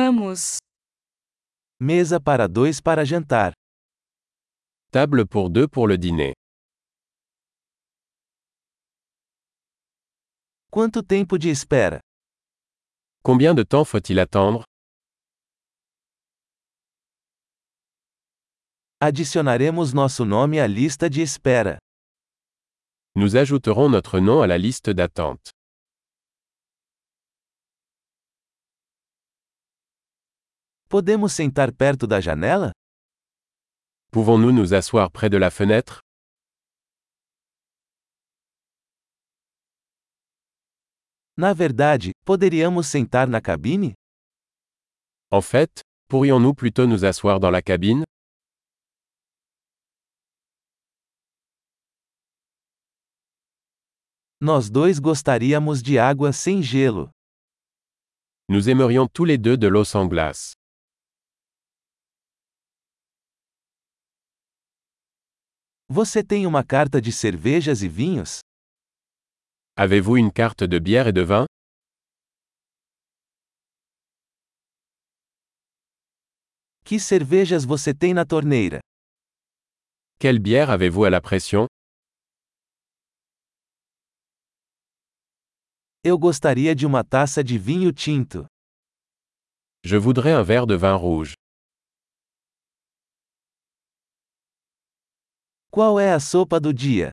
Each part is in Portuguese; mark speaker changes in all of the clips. Speaker 1: Vamos.
Speaker 2: Mesa para dois para jantar.
Speaker 3: Table pour deux pour le dîner.
Speaker 2: Quanto tempo de espera?
Speaker 3: Combien de temps faut-il attendre
Speaker 2: Adicionaremos nosso nome à lista de espera.
Speaker 3: Nous ajouterons notre nom à la liste d'attente.
Speaker 2: Podemos sentar perto da janela?
Speaker 3: Pouvons-nous nous asseoir près de la fenêtre
Speaker 2: Na verdade, poderíamos sentar na cabine?
Speaker 3: En fait, pourrions-nous plutôt nous asseoir dans la cabine
Speaker 2: Nós dois gostaríamos de água sem gelo.
Speaker 3: Nous aimerions tous les deux de l'eau sans glace.
Speaker 2: Você tem uma carta de cervejas e vinhos?
Speaker 3: Avez-vous une carte de bière et de vin
Speaker 2: Que cervejas você tem na torneira?
Speaker 3: Quelle bière avez-vous à la pression
Speaker 2: Eu gostaria de uma taça de vinho tinto.
Speaker 3: Je voudrais un verre de vin rouge.
Speaker 2: Qual é a sopa do dia?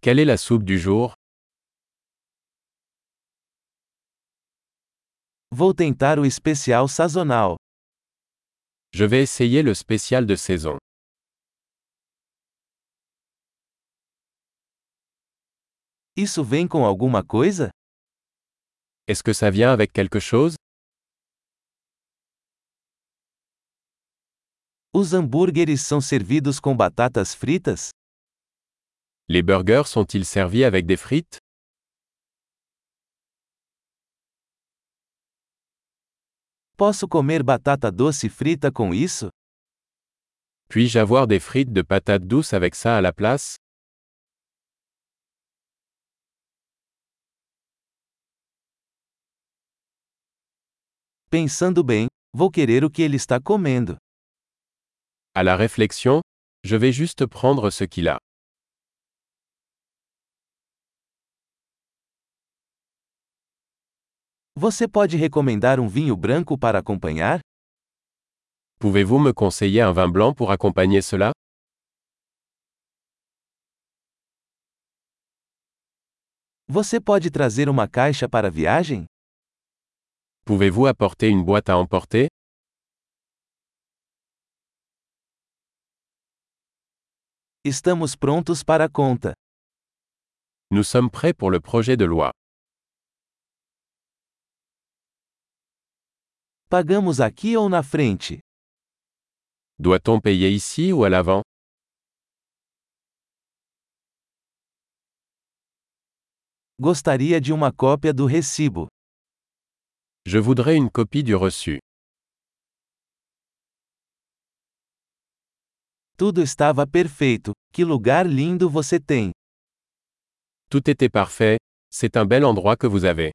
Speaker 3: Quelle est la soupe du jour
Speaker 2: Vou tentar o especial sazonal.
Speaker 3: Je vais essayer le spécial de saison.
Speaker 2: Isso vem com alguma coisa?
Speaker 3: Est-ce que ça vient avec quelque chose
Speaker 2: Os hambúrgueres são servidos com batatas fritas?
Speaker 3: Les burgers sont-ils servis avec des frites
Speaker 2: Posso comer batata doce frita com isso?
Speaker 3: Puis-je avoir des frites de patates douces avec ça à la place
Speaker 2: Pensando bem, vou querer o que ele está comendo.
Speaker 3: À la réflexion, je vais juste prendre ce qu'il a.
Speaker 2: Você pode recomendar um vinho branco para acompanhar?
Speaker 3: Pouvez-vous me conseiller un vin blanc pour accompagner cela
Speaker 2: Você pode trazer uma caixa para a viagem?
Speaker 3: Pouvez-vous apporter une boîte à emporter
Speaker 2: Estamos prontos para a conta.
Speaker 3: Nous sommes prêts pour le projet de loi.
Speaker 2: Pagamos aqui ou na frente?
Speaker 3: Doit-on payer ici ou à l'avant
Speaker 2: Gostaria de uma cópia do recibo.
Speaker 3: Je voudrais une copie du reçu.
Speaker 2: Tudo estava perfeito. Que lugar lindo você tem!
Speaker 3: Tout était parfait, c'est un bel endroit que vous avez.